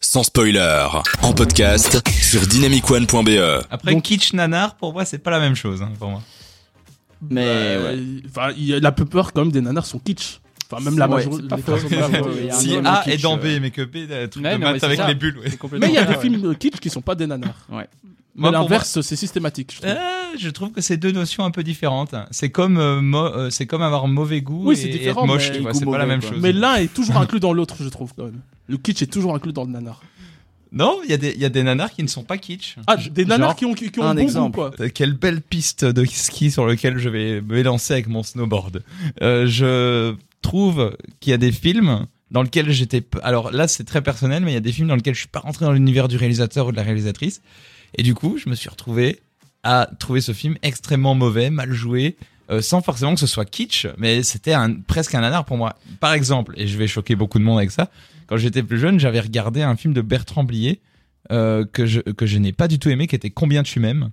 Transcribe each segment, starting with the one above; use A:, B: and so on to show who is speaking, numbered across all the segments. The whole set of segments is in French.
A: sans spoiler, en podcast sur dynamicone.be.
B: Après,
C: Donc-
B: kitsch nanar, pour moi, c'est pas la même chose. hein, pour moi.
C: Mais
D: Euh,
C: ouais.
D: enfin, il y a la plupart quand même des nanars sont kitsch. Enfin, même la
C: Ouais,
D: majorité.
C: c'est pas
D: les
C: faux.
D: façons de la voir,
C: Il y a un
B: Si
C: nom
B: A
C: kitsch,
B: est dans
C: euh,
B: B, mais que B, euh, truc
E: Ouais,
B: de
E: non, mais
B: maths
E: c'est
B: avec
E: ça.
B: les bulles. ouais.
E: C'est complètement
D: Mais il y a des
E: ça, ouais.
D: films euh, kitsch qui sont pas des nanars.
C: Ouais.
D: Mais
B: Moi, pour moi,
D: l'inverse, c'est systématique. je trouve.
B: Euh, je trouve que c'est deux notions un peu différentes. C'est comme euh, mo- euh, c'est comme avoir mauvais goût
D: Oui, c'est
B: et, et
D: différent,
B: être moche,
D: mais
B: tu vois,
C: goût
B: c'est pas la
C: mauvais,
B: même
C: quoi.
B: chose.
D: Mais l'un est toujours inclus dans l'autre, je trouve quand même. Le kitsch est toujours inclus dans le nanar.
B: Non, il y, a des- il y a des nanars qui ne sont pas kitsch.
D: Ah, des nanars
C: genre,
D: qui ont, qui ont
C: un
D: bon goût,
C: exemple.
D: quoi.
B: Euh, Quelle belle piste de ski sur lequel je vais me lancer avec mon snowboard. Euh, je trouve qu'il y a des films dans lesquels j'étais. p- Alors là, c'est très personnel, mais il y a des films dans lesquels je suis pas rentré dans l'univers du réalisateur ou de la réalisatrice. Et du coup, je me suis retrouvé à trouver ce film extrêmement mauvais, mal joué, euh, sans forcément que ce soit kitsch, mais c'était un, presque un nanar pour moi. Par exemple, et je vais choquer beaucoup de monde avec ça, quand j'étais plus jeune, j'avais regardé un film de Bertrand Blier euh, que je, que je n'ai pas du tout aimé, qui était Combien tu m'aimes,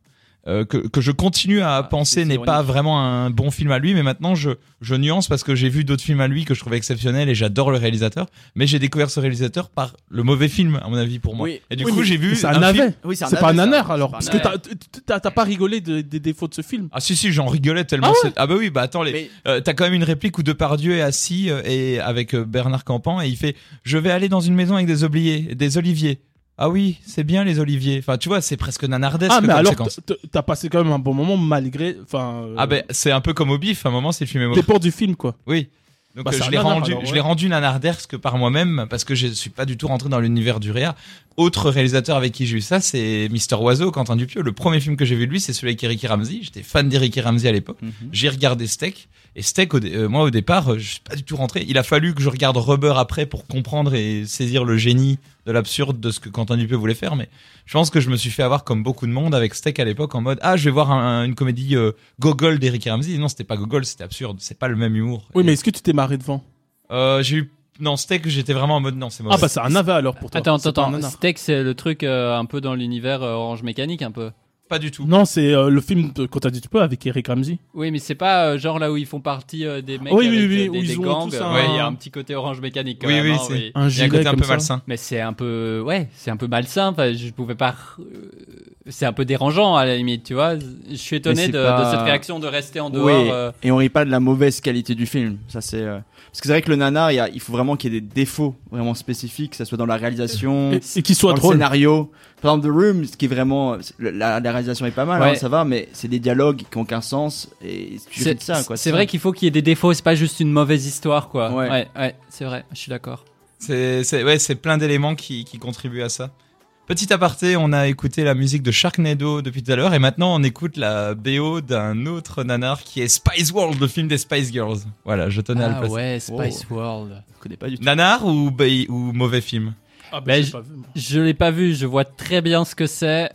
B: euh, que, que je continue à
C: Ah,
B: penser
C: c'est
B: n'est
C: ironique.
B: pas vraiment un bon film à lui, mais maintenant je, je nuance parce que j'ai vu d'autres films à lui que je trouvais exceptionnels et j'adore le réalisateur, mais j'ai découvert ce réalisateur par le mauvais film, à mon avis, pour moi.
C: Oui.
B: Et du
D: Oui,
B: coup,
D: mais
B: j'ai vu
D: C'est
B: un
D: un
B: film-
D: navet.
C: Oui,
D: C'est pas un
C: navet, ça.
D: nanar alors. Parce
C: C'est
D: que
C: pas un
D: t'as-
C: navet.
D: t'as t'as pas rigolé de- des défauts de ce film.
B: Ah si si, j'en rigolais tellement.
D: Ah
B: c'est- ah bah oui, bah attends, les,
C: Mais-
B: Euh, t'as quand même une réplique où Depardieu est assis euh, et avec euh, Bernard Campan et il fait je vais aller dans une maison avec des oubliés, des oliviers. Ah oui, c'est bien les oliviers. Enfin, tu vois, c'est presque nanardesque
D: Ah, mais
B: comme
D: alors,
B: séquence.
D: t- t- t'as passé quand même un bon moment malgré. Enfin. euh,
B: Ah ben c'est un peu comme au bif, à un moment c'est le film est mauvais.
D: Dépend du film, quoi.
B: Oui. Donc euh,
D: Bah,
B: je
D: c'est un
B: l'ai
D: nanar,
B: rendu,
D: alors,
B: je
D: ouais.
B: l'ai rendu nanardesque par moi-même parce que je suis pas du tout rentré dans l'univers du Réa. Autre réalisateur avec qui j'ai eu ça, c'est Mister Oiseau, Quentin Dupieux. Le premier film que j'ai vu de lui, c'est celui avec Eric Ramsey. J'étais fan d'Eric Ramsey à l'époque.
C: Mhm.
B: J'ai regardé Steak et Steak, au dé- euh, moi au départ, euh, je suis pas du tout rentré. Il a fallu que je regarde Rubber après pour comprendre et saisir le génie de l'absurde de ce que Quentin Dupieux voulait faire. Mais je pense que je me suis fait avoir comme beaucoup de monde avec Steak à l'époque en mode ah je vais voir un- une comédie euh, Gogol d'Eric Ramsey. Non c'était pas Gogol, c'était absurde, c'est pas le même humour.
D: Oui,
B: Et,
D: mais est-ce que tu t'es marré devant
B: euh, j'ai eu non Steak, j'étais vraiment en mode non c'est mauvais.
D: Ah, bah, c'est un navet alors pour toi.
E: Attends,
D: C'est pas un
E: attends, attends.
D: nanar.
E: Steak, c'est le truc euh, un peu dans l'univers euh, Orange Mécanique, un peu.
B: pas du tout.
D: Non, c'est euh, le film de- quand t'as dit tu peux avec Eric Ramsey.
E: Oui, mais c'est pas euh, genre là où ils font partie euh, des mecs
D: Oui,
E: avec
D: oui,
E: euh,
D: oui,
E: des,
D: où
E: des
D: ils ont
E: gangs.
D: tous un-
E: Ouais, il y a un petit côté Orange Mécanique. quand
B: Oui,
E: même,
B: oui,
E: hein,
B: c'est-
E: oui.
B: Il
D: Un
B: y a un
D: gilet
B: côté un
D: comme
B: peu
D: ça.
B: malsain.
E: Mais c'est un peu, ouais, c'est un peu malsain. Enfin, je pouvais pas. euh, C'est un peu dérangeant à la limite, tu vois. Je suis étonné
C: c'est
E: de,
C: pas-
E: de cette réaction de rester en dehors.
C: Oui,
E: euh,
C: et on rit pas de la mauvaise qualité du film. Ça c'est euh, parce que c'est vrai que le nanar, il, y a- il faut vraiment qu'il y ait des défauts vraiment spécifiques, que ça soit dans la réalisation,
D: Et, et qu'il soit
C: dans le
D: drôle.
C: scénario. Par exemple, The Room, ce qui est vraiment le- la, la réalisation est pas mal,
E: Ouais.
C: hein, ça va, mais c'est des dialogues qui ont aucun sens et tu ris
E: C'est
C: de ça quoi.
E: c'est vrai qu'il faut qu'il y ait des défauts. C'est pas juste une mauvaise histoire, quoi.
C: Ouais.
E: ouais, ouais, c'est vrai. Je suis d'accord.
B: C'est c'est- ouais, c'est plein d'éléments qui, qui contribuent à ça. Petit aparté, on a écouté la musique de Sharknado depuis tout à l'heure et maintenant on écoute la BO d'un autre nanar qui est Spice World, le film des Spice Girls. Voilà, je tenais à le
E: Ah
B: placer.
E: ouais, Spice
D: Oh.
E: World.
C: je connais pas du tout.
B: Nanar ou, ba- ou mauvais film
D: Ah,
E: bah,
D: j'ai
E: je-
D: pas vu, moi.
E: Je l'ai pas vu, je vois très bien ce que c'est.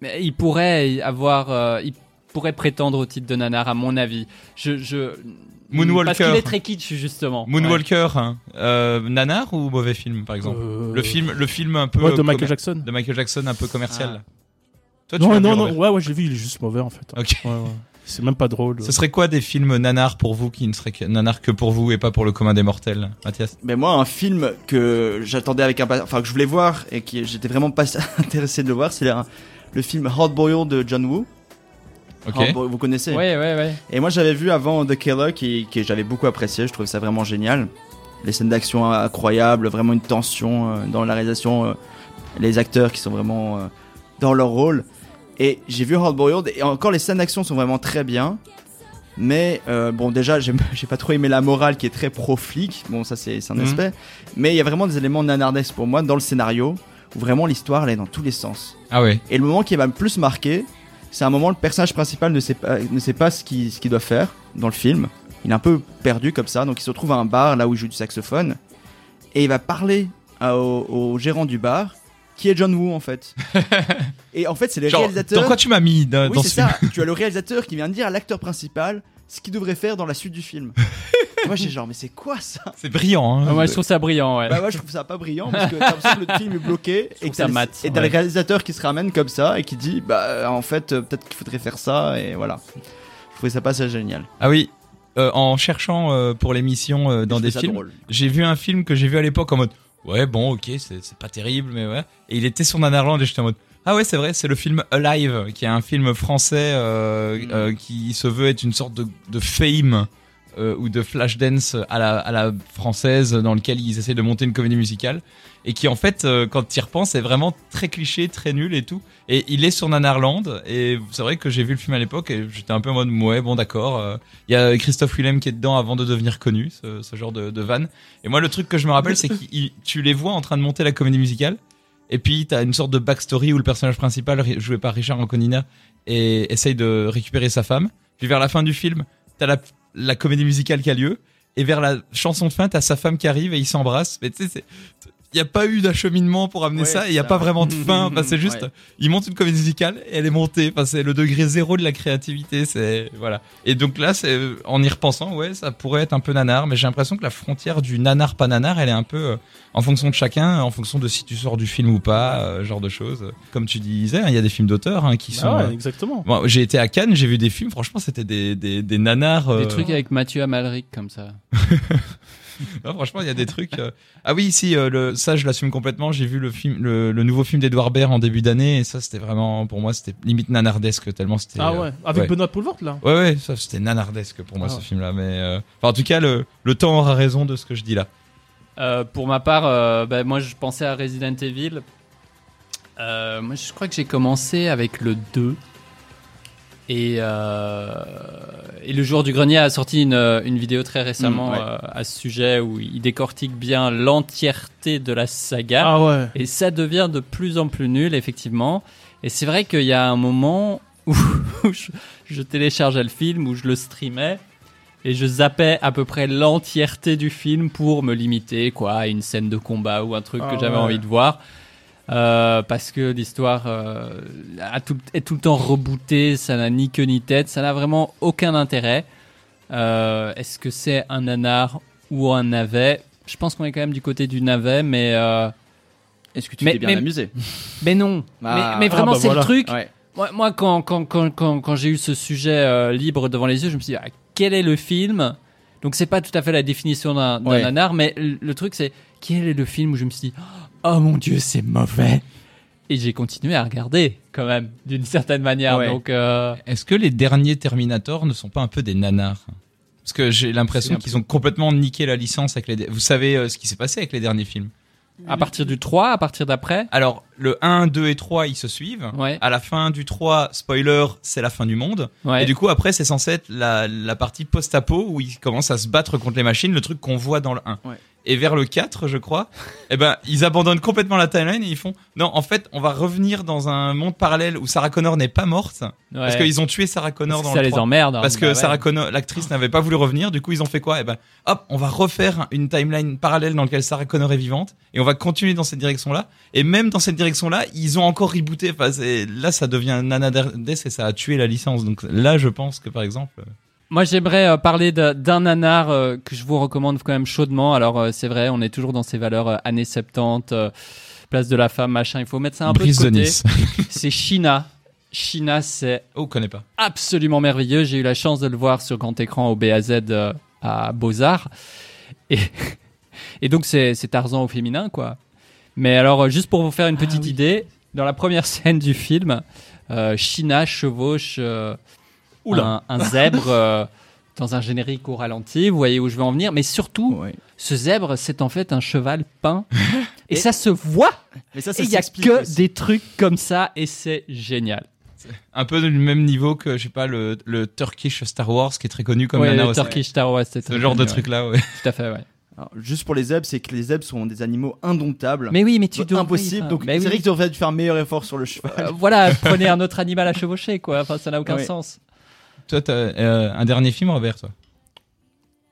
E: Mais il pourrait y avoir, euh, il pourrait prétendre au titre de nanar à mon avis. Je, je...
D: Mm,
B: Moonwalker.
E: Parce qu'il est très kitsch justement.
B: Moonwalker, hein. Euh, nanar ou mauvais film par exemple
D: Euh,
B: le, film, le film un peu.
D: ouais, de
B: euh,
D: Michael
B: commer-
D: Jackson.
B: de Michael Jackson, un peu commercial. Toi, tu l'as
D: Non,
B: vu,
D: non, non,
B: Robert
D: ouais, ouais, je l'ai vu, il est juste mauvais en fait.
B: Ok.
D: Ouais, ouais. C'est même pas drôle.
B: Ce serait quoi des films nanars pour vous qui ne seraient que nanars que pour vous et pas pour le commun des mortels, Mathias
C: Mais moi, un film que j'attendais avec un, enfin que je voulais voir et que j'étais vraiment pas intéressé de le voir, c'est la- le film Hard Boiled de John Woo.
B: Ok.
C: Hard Boiled, vous connaissez
E: Ouais, ouais, ouais. ouais.
C: Et moi j'avais vu avant The Killer qui, que j'avais beaucoup apprécié, je trouvais ça vraiment génial. Les scènes d'action incroyables, vraiment une tension euh, dans la réalisation, euh, les acteurs qui sont vraiment euh, dans leur rôle. Et j'ai vu Hard Boiled et encore les scènes d'action sont vraiment très bien. Mais euh, bon déjà j'ai j'ai pas trop aimé la morale qui est très pro-flic, bon ça c'est c'est un
B: Mhm.
C: aspect. Mais il y a vraiment des éléments nanardesques pour moi dans le scénario où vraiment l'histoire elle est dans tous les sens.
B: Ah ouais.
C: Et le moment qui m'a le plus marqué, c'est un moment où le personnage principal ne sait pas, ne sait pas ce qu'il ce qu'il doit faire dans le film. Il est un peu perdu comme ça, donc il se retrouve à un bar là où il joue du saxophone. Et il va parler à- au, au gérant du bar, qui est John Woo en fait. et en fait, c'est le
B: Genre,
C: réalisateur.
B: dans quoi tu m'as mis dans,
C: oui,
B: dans
C: c'est
B: ce film
C: ça. tu as le réalisateur qui vient de dire à l'acteur principal ce qu'il devrait faire dans la suite du film. Moi j'ai genre, mais c'est quoi ça
B: C'est brillant. Hein.
E: Ah, moi je trouve ça brillant, ouais.
C: Bah, moi je trouve ça pas brillant parce que t'as l'impression que le film est bloqué et
E: trouve
C: que t'as
E: ça
C: le-
E: mat,
C: et t'as le
E: ouais.
C: réalisateur qui se ramène comme ça et qui dit bah en fait euh, peut-être qu'il faudrait faire ça et voilà. Je trouvais ça pas ça génial.
B: Ah oui. euh, en cherchant euh, pour l'émission euh, dans
C: Je
B: des
C: trouvais ça
B: films,
C: drôle.
B: j'ai vu un film que j'ai vu à l'époque en mode ouais, bon, ok, c'est c'est pas terrible, mais ouais. Et il était sur Nanarland et j'étais en mode, ah ouais, c'est vrai, c'est le film Alive, qui est un film français euh,
E: Mm.
B: euh, qui se veut être une sorte de, de fame euh, ou de flashdance à la, à la française, dans lequel ils essaient de monter une comédie musicale. Et qui, en fait, euh, quand tu y repenses, est vraiment très cliché, très nul et tout. Et il est sur Nanarland, et c'est vrai que j'ai vu le film à l'époque, et j'étais un peu en mode, ouais, bon, d'accord. euh, Il y a Christophe Willem qui est dedans avant de devenir connu, ce, ce genre de, de van. Et moi, le truc que je me rappelle, c'est que tu les vois en train de monter la comédie musicale. Et puis, t'as une sorte de backstory où le personnage principal, ri- joué par Richard Anconina, et essaye de récupérer sa femme. Puis, vers la fin du film, t'as la, la comédie musicale qui a lieu. Et vers la chanson de fin, t'as sa femme qui arrive et ils s'embrassent. Mais tu sais, c'est. Il n'y a pas eu d'acheminement pour amener
C: Ouais,
B: ça, il
C: c'est
B: n'y a
C: ça,
B: pas
C: ouais.
B: vraiment de fin. Enfin, c'est juste,
C: Ouais.
B: il monte une comédie musicale et elle est montée. Enfin, c'est le degré zéro de la créativité. C'est voilà. Et donc là, c'est en y repensant, ouais, ça pourrait être un peu nanar, mais j'ai l'impression que la frontière du nanar pas nanar, elle est un peu euh, en fonction de chacun, en fonction de si tu sors du film ou pas, euh, genre de choses. Comme tu disais, hein, il y a des films d'auteur hein, qui
D: Bah
B: sont.
D: ouais,
B: euh,
D: exactement.
B: bon, j'ai été à Cannes, j'ai vu des films. Franchement, c'était des des, des nanars. euh,
E: Des trucs avec Mathieu Amalric comme ça.
B: non, franchement, il y a des trucs. euh, Ah oui, si euh, le ça, je l'assume complètement. J'ai vu le film, le, le nouveau film d'Edouard Baird en début d'année, et ça, c'était vraiment pour moi, c'était limite nanardesque tellement c'était.
D: Ah
B: euh,
D: ouais, avec
B: ouais.
D: Benoît Poulvort là.
B: Ouais, ouais, ça c'était nanardesque pour moi
D: Ah
B: ce
D: ouais.
B: film-là. Mais euh, enfin, en tout cas, le, le temps aura raison de ce que je dis là.
E: Euh, pour ma part, euh, bah, moi je pensais à Resident Evil. Euh, moi je crois que j'ai commencé avec le 2. Et, euh, et le jour du grenier a sorti une, euh, une vidéo très récemment
C: Mm, ouais.
E: euh, à ce sujet où il décortique bien l'entièreté de la saga.
D: Ah ouais.
E: Et ça devient de plus en plus nul, effectivement. Et c'est vrai qu'il y a un moment où je, je téléchargeais le film, où je le streamais, et je zappais à peu près l'entièreté du film pour me limiter quoi, à une scène de combat ou un truc
D: Ah
E: que j'avais
D: ouais.
E: envie de voir. Euh, parce que l'histoire euh, a tout- est tout le temps rebootée, ça n'a ni queue ni tête, ça n'a vraiment aucun intérêt. Euh, Est-ce que c'est un nanar ou un navet Je pense qu'on est quand même du côté du navet, mais euh,
C: Est-ce que tu
E: Mais-
C: t'es bien
E: mais-
C: amusé
E: mais non.
C: Ah.
E: mais, mais vraiment,
D: Ah bah
E: c'est
D: voilà.
E: le truc.
C: Ouais.
E: Moi, moi, quand, quand, quand, quand, quand j'ai eu ce sujet euh, libre devant les yeux, je me suis dit, ah, quel est le film Donc, c'est pas tout à fait la définition d'un d'un
C: Ouais.
E: nanar, mais le, le truc, c'est quel est le film où je me suis dit, oh mon dieu, c'est mauvais. Et j'ai continué à regarder, quand même, d'une certaine manière.
C: Ouais.
E: Donc, euh,
B: Est-ce que les derniers Terminator ne sont pas un peu des nanars Parce que j'ai l'impression
E: C'est un
B: qu'ils ont complètement niqué la licence avec les. dé- Vous savez euh, ce qui s'est passé avec les derniers films
E: à partir du 3, à partir d'après,
B: Alors, le 1, 2 et 3, ils se suivent.
E: ouais,
B: À la fin du 3, spoiler, c'est la fin du monde.
E: ouais.
B: Et du coup, après, c'est censé être la, la partie post-apo où ils commencent à se battre contre les machines, le truc qu'on voit dans le 1.
C: Ouais.
B: Et vers le 4, je crois, eh ben, ils abandonnent complètement la timeline et ils font Non, en fait, on va revenir dans un monde parallèle où Sarah Connor n'est pas morte parce
E: ouais.
B: qu'ils ont tué Sarah Connor
E: Parce
B: dans
E: que ça
B: le
E: les
B: 3.
E: emmerde. hein.
B: Parce que
E: Bah ouais.
B: Sarah Connor, l'actrice, n'avait pas voulu revenir. Du coup, ils ont fait quoi Eh ben, hop, on va refaire une timeline parallèle dans laquelle Sarah Connor est vivante, et on va continuer dans cette direction-là. Et même dans cette direction-là, ils ont encore rebooté. Enfin, c'est- là, ça devient un anadès et ça a tué la licence. Donc là, je pense que par exemple,
E: Moi, j'aimerais euh, parler de- d'un nanar euh, que je vous recommande quand même chaudement. Alors, euh, c'est vrai, on est toujours dans ces valeurs euh, années 70, euh, place de la femme, machin. Il faut mettre ça un
B: Brise
E: peu de
B: de
E: côté.
B: Nice.
E: C'est China. China, c'est
B: Oh, connais pas.
E: absolument merveilleux. J'ai eu la chance de le voir sur grand écran au BAZ euh, à Beaux-Arts. Et, et donc, c'est c'est Tarzan au féminin, quoi. Mais alors, euh, juste pour vous faire une petite idée, dans la première scène du film, euh, China chevauche euh,
D: Oula.
E: Un, un zèbre euh, dans un générique au ralenti. Vous voyez où je veux en venir. Mais surtout,
C: Ouais.
E: ce zèbre, c'est en fait un cheval peint. et ça se voit.
C: Mais ça,
E: Et
C: ça
E: il n'y a
C: s'explique
E: que
C: aussi.
E: des trucs comme ça. Et c'est génial.
B: Un peu du même niveau que je sais pas le, le Turkish Star Wars qui est très connu comme
E: Ouais,
B: Nana
E: le
B: Hoss.
E: Turkish Star Wars, c'est
B: Ce genre de
E: ouais.
B: truc-là, ouais.
E: Tout à fait, ouais.
C: Alors, juste pour les zèbres, c'est que les zèbres sont des animaux indomptables.
E: Mais oui, mais tu dois.
C: impossible.
E: oui,
C: Donc,
E: mais
C: c'est
E: oui.
C: vrai que tu aurais dû faire un meilleur effort sur le cheval.
E: Euh, voilà, prenez un autre animal à chevaucher, quoi. Enfin, ça n'a aucun
C: Ouais.
E: sens.
B: Toi, t'as euh, un dernier film, Robert, toi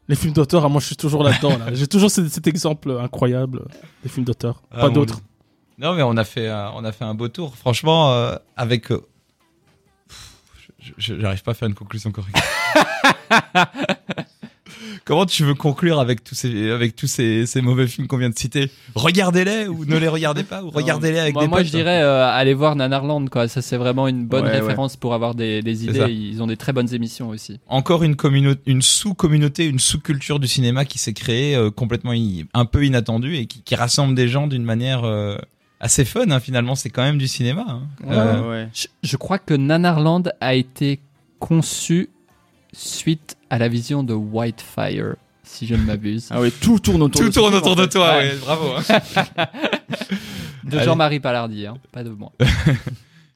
D: Les films d'auteur, ah, moi je suis toujours là-dedans. Là. J'ai toujours ce- cet exemple incroyable des films d'auteur.
B: Ah,
D: Pas
B: mon
D: d'autres.
B: Non, mais on a fait, un- on a fait un beau tour. Franchement, euh, avec. euh, pff, je- je- J'arrive pas à faire une conclusion correcte. Comment tu veux conclure avec tous ces, avec tous ces, ces mauvais films qu'on vient de citer Regardez-les ou ne les regardez pas ou regardez-les avec
E: moi,
B: des
E: moi,
B: potes.
E: je dirais euh, allez voir Nanarland quoi. Ça c'est vraiment une bonne
C: Ouais, ouais.
E: référence pour avoir des, des
B: ça.
E: idées. Ils ont des très bonnes émissions aussi.
B: Encore une communauté, une sous-communauté, une sous-culture du cinéma qui s'est créée euh, complètement i- un peu inattendue et qui, qui rassemble des gens d'une manière euh, assez fun. hein, finalement, c'est quand même du cinéma. hein. Euh,
C: Ah Ouais, ouais.
E: Je, je crois que Nanarland a été conçu suite à la vision de Whitefire, si je ne m'abuse,
C: Ah oui, tout tourne autour
B: Tout
C: de ce
B: tourne
C: film,
B: autour
C: en
B: de
C: fait.
B: toi.
E: Ouais.
B: ouais, bravo. hein.
E: de Jean-Marie Palardi, hein, pas de moi.